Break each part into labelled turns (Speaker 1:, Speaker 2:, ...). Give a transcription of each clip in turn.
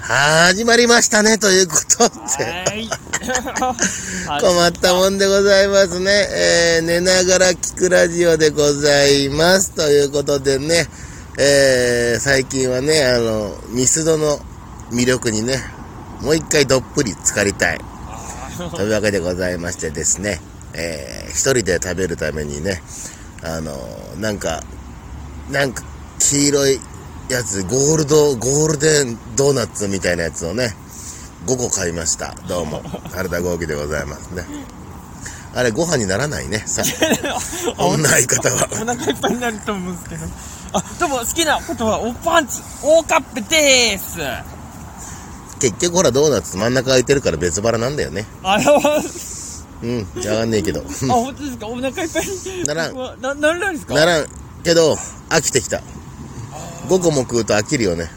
Speaker 1: 始まりましたね、ということで。
Speaker 2: はい。
Speaker 1: 困ったもんでございますね。えー、寝ながら聞くラジオでございます。ということでね、えー、最近はね、あの、ミスドの魅力にね、もう一回どっぷり浸かりたい。というわけでございましてですね、えー、一人で食べるためにね、あの、なんか、なんか、黄色いやつ、ゴールド、ゴールデンドーナツみたいなやつをね、5個買いました。どうも。原田豪輝でございますね。あれ、ご飯にならないね。さ、こんな言い方は。
Speaker 2: お腹いっぱいになると思うんですけど。あ、でも好きな言葉は、おパンチ、おカップでーす。
Speaker 1: 結局ほら、ドーナツ真ん中空いてるから別腹なんだよね。
Speaker 2: あれは、
Speaker 1: うん、じゃあわかんねえけど。
Speaker 2: あ、本当ですかお腹いっぱいに。
Speaker 1: ならん
Speaker 2: ん。な、ならないですか
Speaker 1: ならんけど、飽きてきた。5個も食うと飽きるよね。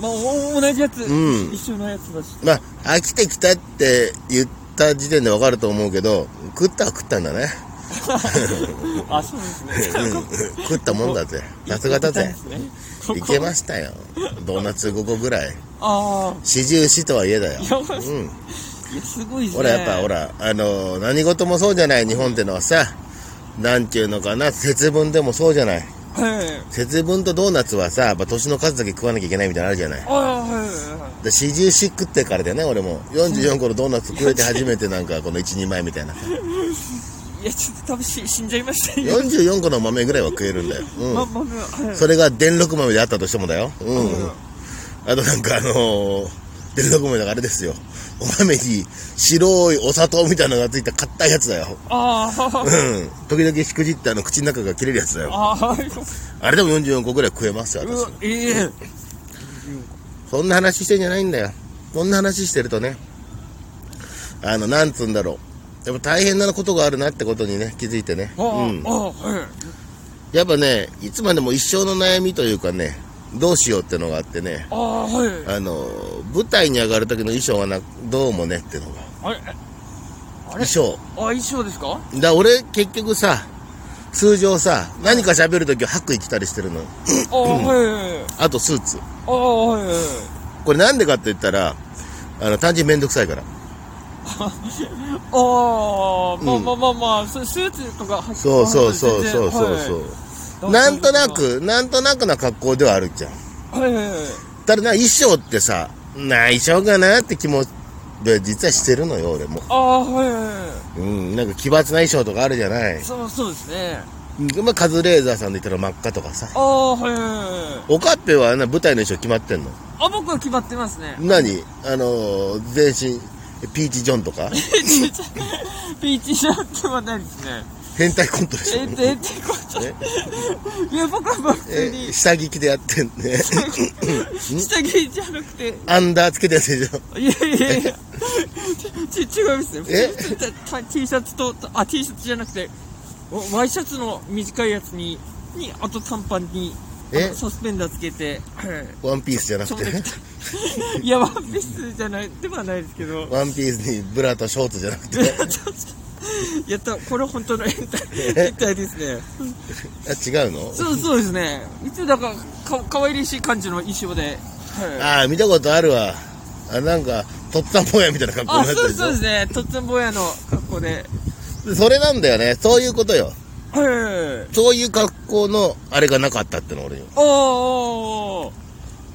Speaker 2: まあ、お同じやつ、
Speaker 1: うん
Speaker 2: 一緒のやつだし。
Speaker 1: まあ、飽きてきたって言った時点でわかると思うけど、食ったは食ったんだね。
Speaker 2: あ、そうですね。
Speaker 1: うん食ったもんだぜ。さすがだぜ。
Speaker 2: ここ
Speaker 1: いけましたよ。ドーナツ5個ぐらい。
Speaker 2: ああ、
Speaker 1: 四十四とはいえだよ。
Speaker 2: よし
Speaker 1: うん。
Speaker 2: いや、すごいですね。
Speaker 1: ほらやっぱほら、あのー何事もそうじゃない日本ってのはさ、なんていうのかな、節分でもそうじゃない。
Speaker 2: ぱ、はい。
Speaker 1: 節分とドーナツはさ、やっぱ年の数だけ食わなきゃいけないみたいなのあるじゃない。
Speaker 2: ああ、はいはいはい。
Speaker 1: で四十四食ってからだよね、俺も。44個のドーナツ食えて初めてなんかこの1、2枚みたいな。
Speaker 2: いや、ちょっと多分し死んじゃいましたよ。
Speaker 1: 44個の豆ぐらいは食えるんだよ。
Speaker 2: ま、
Speaker 1: う
Speaker 2: ま、ま、はい
Speaker 1: ん。。それが電録豆であったとしてもだよ。うん。あとなんかあのー、電録豆だからあれですよ。お豆に白いお砂糖みたいなのがついた硬いやつだよ。
Speaker 2: ああ、
Speaker 1: うん。時々しくじってあの口の中が切れるやつだよ。
Speaker 2: ああ、
Speaker 1: あれでも44個ぐらい食えますよ、
Speaker 2: う
Speaker 1: 私
Speaker 2: わ。、ええ
Speaker 1: そんな話してんじゃないんだよ。そんな話してるとね、あの、なんつうんだろう。やっぱ大変なことがあるなってことにね、気づいてね。
Speaker 2: ああ、
Speaker 1: うん。
Speaker 2: ああ、はい。
Speaker 1: やっぱね、いつまでも一生の悩みというかね、どうしようってのがあってね、
Speaker 2: ああ、はい。
Speaker 1: あの、舞台に上がる時の衣装はな、どうもねってのが。
Speaker 2: あれ、あ
Speaker 1: 衣
Speaker 2: れ
Speaker 1: 装。
Speaker 2: あ、衣装ですか
Speaker 1: だ、俺、結局さ、通常さ、何か喋るときは白衣着たりしてるの。
Speaker 2: ああ、はい。
Speaker 1: あとスーツ。
Speaker 2: ああ、はい。
Speaker 1: これなんでかって言ったら、あの、単純にめんどくさいから。
Speaker 2: ああ、まあまあまあまあ、そスーツとか入って
Speaker 1: そうそうそうそうそうそう。
Speaker 2: はい
Speaker 1: なんとな。く、なんとなくな格好ではあるじゃん。
Speaker 2: はいはいはい。
Speaker 1: ただな、衣装ってさ、な、衣装かなって気持ちで実はしてるのよ、俺も。
Speaker 2: ああ、はいは
Speaker 1: うん、なんか奇抜な衣装とかあるじゃない
Speaker 2: い。。そう、そうですね。
Speaker 1: うんまあ、カズレーザーさんで言ったら真っ赤とかさ。
Speaker 2: ああ、はいはいはい。
Speaker 1: おかっぺはな、舞台の衣装決まってんの
Speaker 2: あ、僕は決まってま すね。
Speaker 1: 何あのー、全身、ピーチジョンと か
Speaker 2: ピーチシャートはないですね。
Speaker 1: 変態コントでし
Speaker 2: え
Speaker 1: ょ
Speaker 2: っと、えっと、こういや、僕は普通に
Speaker 1: え、下着着でやってん ね。
Speaker 2: 下着じゃなくて、
Speaker 1: アンダーつけてやつでしょ
Speaker 2: いやいやいや、ち、ち、違いますね。
Speaker 1: え
Speaker 2: 普通にたた T シャツと、あ、T シャツじゃなくて、おワイシャツの短いやつに、に、あと短パンに、
Speaker 1: え
Speaker 2: あのサスペンダーつ けて、はい
Speaker 1: ワンピースじゃな
Speaker 2: ちょ
Speaker 1: く
Speaker 2: っと
Speaker 1: てね。
Speaker 2: いや、ワンピースじゃない、ではないですけど、
Speaker 1: ワンピースにブラとショーツじゃなくて。
Speaker 2: やった、これは本当の変態、変態ですね。
Speaker 1: あ、違うの
Speaker 2: そう、そうですね。いつだか、か、可愛らしい感じの衣装で、はい。
Speaker 1: ああ、見たことあるわ。あ、なんか、とったもんやみたいな格好
Speaker 2: あ、
Speaker 1: になって
Speaker 2: そう
Speaker 1: るです
Speaker 2: で
Speaker 1: し
Speaker 2: そう
Speaker 1: ょ
Speaker 2: ですね。とっつん坊やの格好で。
Speaker 1: それなんだよね。そういうことよ。
Speaker 2: はい。
Speaker 1: そういう格好のあれがなかったっての俺には。
Speaker 2: おーおーお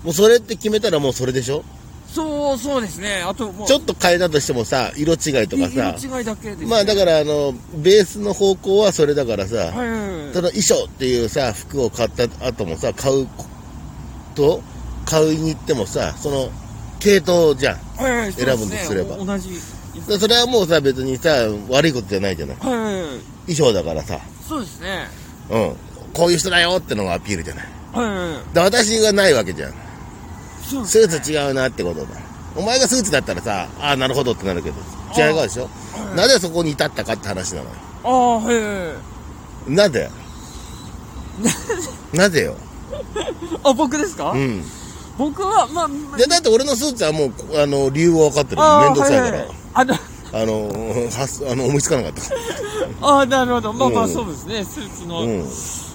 Speaker 2: ー
Speaker 1: もうそれって決めたらもうそれでしょ
Speaker 2: そう、そうですね。あともう、
Speaker 1: ちょっと変えたとしてもさ、色違いとかさ。
Speaker 2: い色違いだけです、ね。
Speaker 1: まあだからあの、ベースの方向はそれだからさ、
Speaker 2: はいはい
Speaker 1: その衣装っていうさ、服を買った後もさ、買うこと、買いに行ってもさ、その、系統じゃん。
Speaker 2: はいはい。
Speaker 1: 選ぶんですれば
Speaker 2: そうねお同じ。
Speaker 1: でそれはもうさ、別にさ、悪いことじゃないじゃない。
Speaker 2: はいはいはい。
Speaker 1: 衣装だからさ、
Speaker 2: そうですね。
Speaker 1: うん。こういう人だよってのがアピールじゃない。
Speaker 2: はいはいはい。
Speaker 1: だ私がないわけじゃん。
Speaker 2: そう
Speaker 1: スーツ違うなってことだ。お前がスーツだったらさ、ああ、なるほどってなるけど、違うでしょなぜそこに至ったかって話なのよ。
Speaker 2: ああ、はいはいはい。
Speaker 1: な ぜなぜよ。
Speaker 2: あ、僕ですか、
Speaker 1: うん。
Speaker 2: 僕は、まあ、ま
Speaker 1: で、だって俺のスーツはもう、あの、理由は分かってる。
Speaker 2: あ
Speaker 1: め
Speaker 2: ー
Speaker 1: んどくさいか
Speaker 2: は
Speaker 1: ら
Speaker 2: は。あの、
Speaker 1: あの、発あの、思いつかなかった。
Speaker 2: ああ、なるほど。まあま
Speaker 1: う
Speaker 2: あ、
Speaker 1: ん
Speaker 2: そうですね。スーツの。
Speaker 1: うん。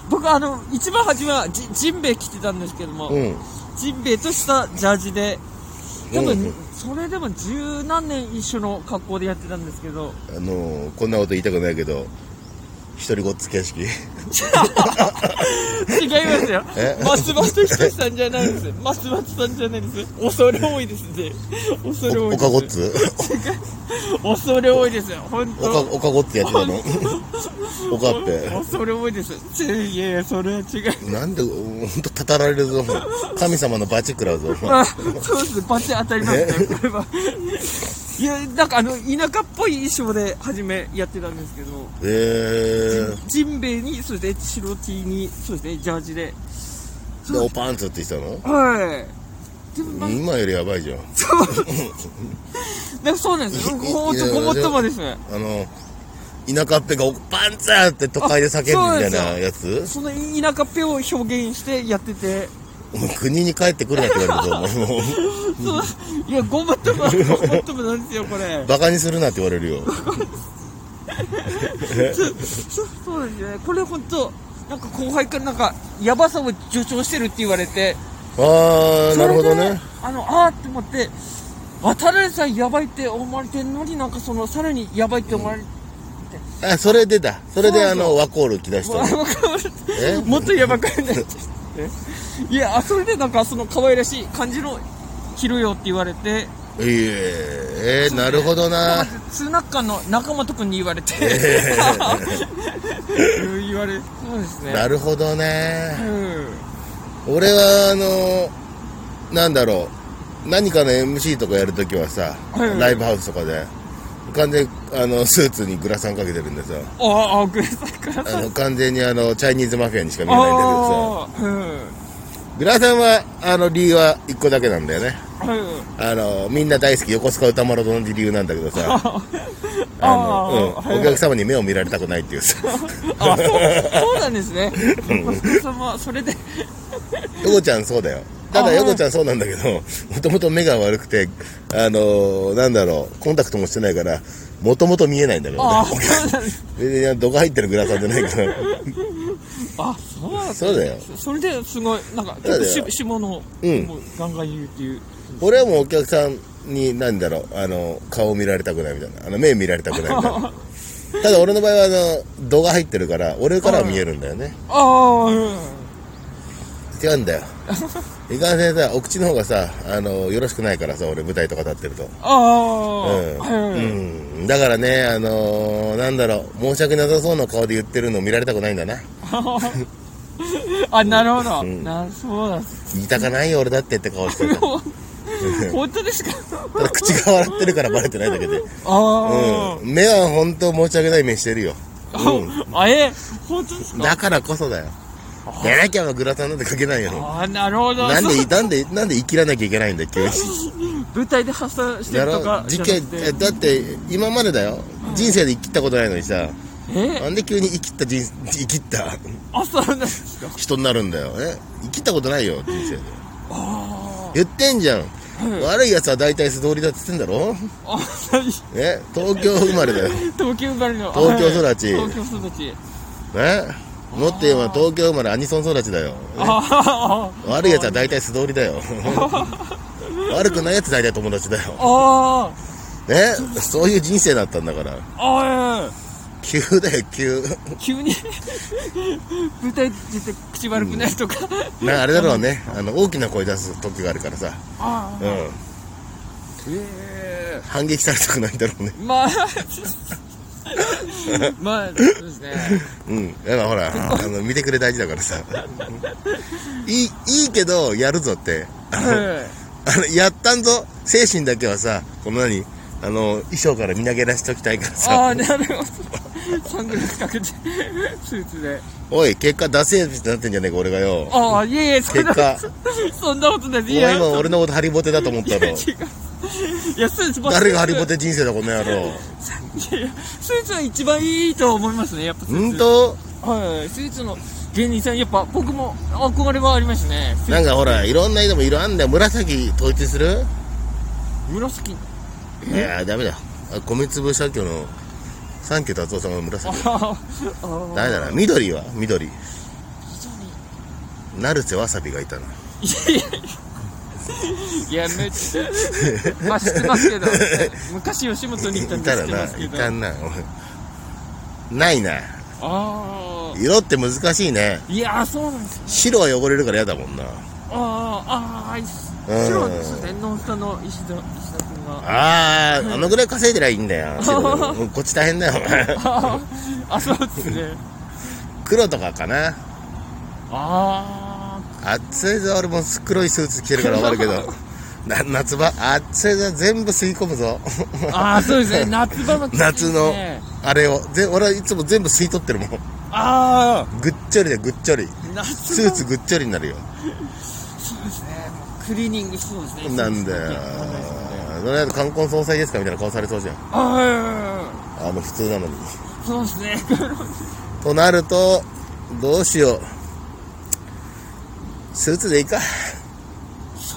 Speaker 2: 僕、あの、一番初めはジ、ジンベエ着てたんですけども、
Speaker 1: うん。
Speaker 2: ジンベエとしたジャージで、多分、
Speaker 1: うん
Speaker 2: それでも十何年一緒の格好でやってたんですけど、
Speaker 1: あのーこんなこと言いたくないけど一人ごっつ形式
Speaker 2: 違いますよ
Speaker 1: え。
Speaker 2: マスマスとひとしさんじゃないです。マスマスさんじゃないです。恐れ多いですね。恐れ多
Speaker 1: お
Speaker 2: い
Speaker 1: かごっ
Speaker 2: です。
Speaker 1: つ
Speaker 2: 恐れ多いですよ。本
Speaker 1: おか
Speaker 2: 当。
Speaker 1: おかごっつやってたのおかっ
Speaker 2: 恐れ多いです。ちいやいや、それは違う。
Speaker 1: てなんでほんとたたられるぞ神様のバチ食らうぞ
Speaker 2: あ、そうです。バチ当たりますね。これは。いや、なんかあの、田舎っぽい衣装で初めやってたんですけど、
Speaker 1: えー、
Speaker 2: ジンベエに、そして白 T に、そうですね、ジャージで。
Speaker 1: でおパンツってしたの
Speaker 2: はい。でもなんか
Speaker 1: 今よりやばいじゃん
Speaker 2: そう。なんかそうなんですよ。ほんとごもっともです。
Speaker 1: あの田舎っぺがおパンツって都会で叫ぶみたいなやつ
Speaker 2: その田舎っぺを表現してやってて、
Speaker 1: お前国に帰ってくるなって言わ れるぞもう
Speaker 2: いや、ごもっとも、ごもっともなんですよ、これ。
Speaker 1: バカにするなって言われるよ
Speaker 2: そうそうですね。これ本当なんか後輩からなんか、やばさを助長してるって言われて、
Speaker 1: ああなるほど
Speaker 2: それで
Speaker 1: ね。
Speaker 2: あの、あーって思って、あ、ただでさえやばいって思われてんのになんかその、さらにやばいって思われて、
Speaker 1: あそれでだそれで
Speaker 2: そう
Speaker 1: あのワコール来だした
Speaker 2: もうあ
Speaker 1: の
Speaker 2: の顔して
Speaker 1: え
Speaker 2: もっとやばくなっちゃっていやあそれでなんかその可愛らしい感じの着るよって言われて
Speaker 1: いええー、なるほど
Speaker 2: な
Speaker 1: なん
Speaker 2: か通学館の中本君に言われて 言われそうですね
Speaker 1: なるほど
Speaker 2: う
Speaker 1: ね
Speaker 2: ん
Speaker 1: 俺はあのなんだろう何かの MC とかやるときはさ
Speaker 2: はいはい
Speaker 1: ライブハウスとかで完全にあのスーツにグラサンかけてるんでさ
Speaker 2: ああグレさんから
Speaker 1: あ
Speaker 2: さ
Speaker 1: の完全にあのチャイニーズマフィアにしか見えないんだけどさ
Speaker 2: ああうん
Speaker 1: グラサンはあの理由は一個だけなんだよね
Speaker 2: うん
Speaker 1: あのみんな大好き横須賀歌丸と同じ理由なんだけど さあの
Speaker 2: あ
Speaker 1: う
Speaker 2: ー
Speaker 1: ん、お客様に目を見られたくないっていうさ
Speaker 2: あそうそうなんですねお子様それで
Speaker 1: ヨコちゃんそうだよた
Speaker 2: あ
Speaker 1: だ
Speaker 2: ー
Speaker 1: ヨコちゃんそうなんだけどもともと目が悪くてあのなんだろうコンタクトもしてないからもともと見えないんだけ
Speaker 2: あ
Speaker 1: ど
Speaker 2: あ
Speaker 1: ね
Speaker 2: そうなんです
Speaker 1: 別に度が入ってるグラサンじゃないから
Speaker 2: あそうなんです
Speaker 1: そうだよ
Speaker 2: それですごいなんか
Speaker 1: そうだよ
Speaker 2: 結構し下の、
Speaker 1: うん
Speaker 2: もうガンガン言うっていう
Speaker 1: 俺はもうお客さんに何だろうあの顔を見られたくないみたいなあの目見られたくないみたいなただ俺の場合はあの度が入ってるから俺からは見えるんだよね
Speaker 2: ああうん
Speaker 1: 違うんだよいかんせんさお口の方がさあのよろしくないからさ俺舞台とか立ってると
Speaker 2: ああ
Speaker 1: うん、
Speaker 2: うん
Speaker 1: うんだからねあのーなんだろう申し訳なさそうな顔で言ってるの見られたくないんだな
Speaker 2: あなるほど、
Speaker 1: ん
Speaker 2: なそうなんです
Speaker 1: 言いたかないよ俺だってって顔してる
Speaker 2: でも本当ですか
Speaker 1: ただ口が笑ってるからバレてないだけで、
Speaker 2: あ
Speaker 1: うん、目は本当申し訳ない目してるよ
Speaker 2: あ、あえ本当ですか
Speaker 1: だからこそだよやらなきゃグラタンなんてかけないよ
Speaker 2: ああなるほど
Speaker 1: なんで
Speaker 2: そう
Speaker 1: なんでなんで生きらなきゃいけないんだ急に
Speaker 2: 舞台で発散して
Speaker 1: や
Speaker 2: ると
Speaker 1: ろ
Speaker 2: か
Speaker 1: 事
Speaker 2: じゃ
Speaker 1: 件
Speaker 2: なく
Speaker 1: え
Speaker 2: て
Speaker 1: だって今までだよ人生で生きったことないのにさ
Speaker 2: え
Speaker 1: なんで急に生きった人生きった
Speaker 2: あそうなんですか
Speaker 1: 人になるんだよえ生きったことないよ人生で
Speaker 2: あ
Speaker 1: 言ってんじゃん、悪いやつは大体素通りだっつってんだろ
Speaker 2: ああはい
Speaker 1: ね東京生まれだよ、ね、
Speaker 2: 東京生まれの
Speaker 1: 東京育ち
Speaker 2: はい東京育ち
Speaker 1: もっと言えば東京生まれアニソン育ちだよ
Speaker 2: ああ
Speaker 1: 悪いやつは大体素通りだよ悪くないやつ大体友達だよ
Speaker 2: あ
Speaker 1: ねそういう人生だったんだから
Speaker 2: あああ
Speaker 1: 急だよ急
Speaker 2: 急に 舞台出て口悪くなるとか、
Speaker 1: なあれだろうねあの大きな声出す時があるからさ
Speaker 2: ああ
Speaker 1: うん
Speaker 2: え
Speaker 1: 反撃されたくないんだろうね
Speaker 2: えまあ まあそうですね
Speaker 1: うんだからほ らあの見てくれ大事だからさいいいいけどやるぞって
Speaker 2: は
Speaker 1: あの、やったんぞ精神だけはさ、この何あの、衣装から見投げ出しときたいから
Speaker 2: いあ
Speaker 1: さ、
Speaker 2: あなるほどサングラスかけてスーツで
Speaker 1: おい、結果出せってなってんじゃねえか、俺がよ。
Speaker 2: ああいえいえそんな
Speaker 1: 結
Speaker 2: そんなことないで
Speaker 1: お
Speaker 2: すい
Speaker 1: 前
Speaker 2: や
Speaker 1: 今俺のことハリボテだと思っ
Speaker 2: いや
Speaker 1: た
Speaker 2: 違う
Speaker 1: ろ。
Speaker 2: いやスーツも
Speaker 1: 誰がハリボ
Speaker 2: テ
Speaker 1: テ人生だ、この野郎。
Speaker 2: いやスーツは一番いいと思いますねやっぱスーツ
Speaker 1: ほんと
Speaker 2: はいスーツの芸人さんやっぱ僕も憧れはありますねスーツ
Speaker 1: なんかほら、いろんな色も色あんだよ。紫統一する
Speaker 2: 紫
Speaker 1: いやー、ダメだ。あ米粒社協の三家達夫さんが紫。
Speaker 2: ああ
Speaker 1: ダメだな。緑は緑。成瀬わさびがいたな。
Speaker 2: いやいややめて。まあ知ってますけど、昔吉本にいた
Speaker 1: い
Speaker 2: んで
Speaker 1: た
Speaker 2: す
Speaker 1: ら
Speaker 2: けど。
Speaker 1: な、いたな。俺ないな。
Speaker 2: あ
Speaker 1: 色って難しいね。
Speaker 2: あ。いやー、そうなんですよ。
Speaker 1: 白は汚れるから嫌だもんな。
Speaker 2: あーあー、
Speaker 1: うん
Speaker 2: 白ですね。ノンスタの石田、石田君が。
Speaker 1: あー、あのぐらい稼いでりゃいいんだよ。白うんこっち大変だよ、お前。
Speaker 2: あーあ、そうですね。
Speaker 1: 黒とかかな。
Speaker 2: あ
Speaker 1: 暑いぞ、俺も黒いスーツ着てるからわかるけ ど。な夏場、暑いぞ、全部吸い込むぞ。
Speaker 2: あ。ああ、そう ですね。夏場の時期です
Speaker 1: 夏の
Speaker 2: ね。
Speaker 1: あれを。ぜ俺はいつも全部吸い取ってるもん。
Speaker 2: あ
Speaker 1: ぐっちょりだよ、ぐっちょり。
Speaker 2: あ。夏の
Speaker 1: スーツぐっちょりになるよ。
Speaker 2: そうですね。クリーニングしそうですね。
Speaker 1: なんだよ。とりあえず冠婚葬祭ですかみたいな顔されそうじゃん。
Speaker 2: ああ、いやいやいや
Speaker 1: あの、普通なのに。
Speaker 2: そうですね。
Speaker 1: となると、どうしよう。スーツでいいか。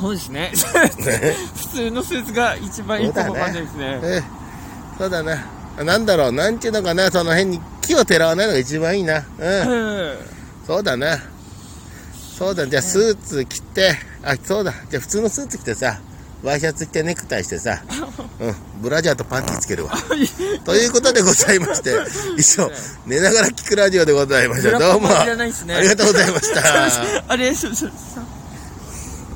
Speaker 2: そうですね。普通のスーツが一番いいかもわかんないですね。
Speaker 1: ええそうだな。なんだろう、なんちゅうのかな、その辺に木をてらわないのが一番いいな。うん。
Speaker 2: うん
Speaker 1: そうだな。そうだ、じゃあスーツ着て、あ、そうだ、じゃあ普通のスーツ着てさ、ワイシャツ着てネクタイして さ、うん、ブラジャーとパンティつけるわ。 ということでございま して、以上、寝ながら聞くラジオでございました。どうも、
Speaker 2: ブラックパンツいらないっすね
Speaker 1: ありがとうございました。
Speaker 2: あれ、そうそうそう。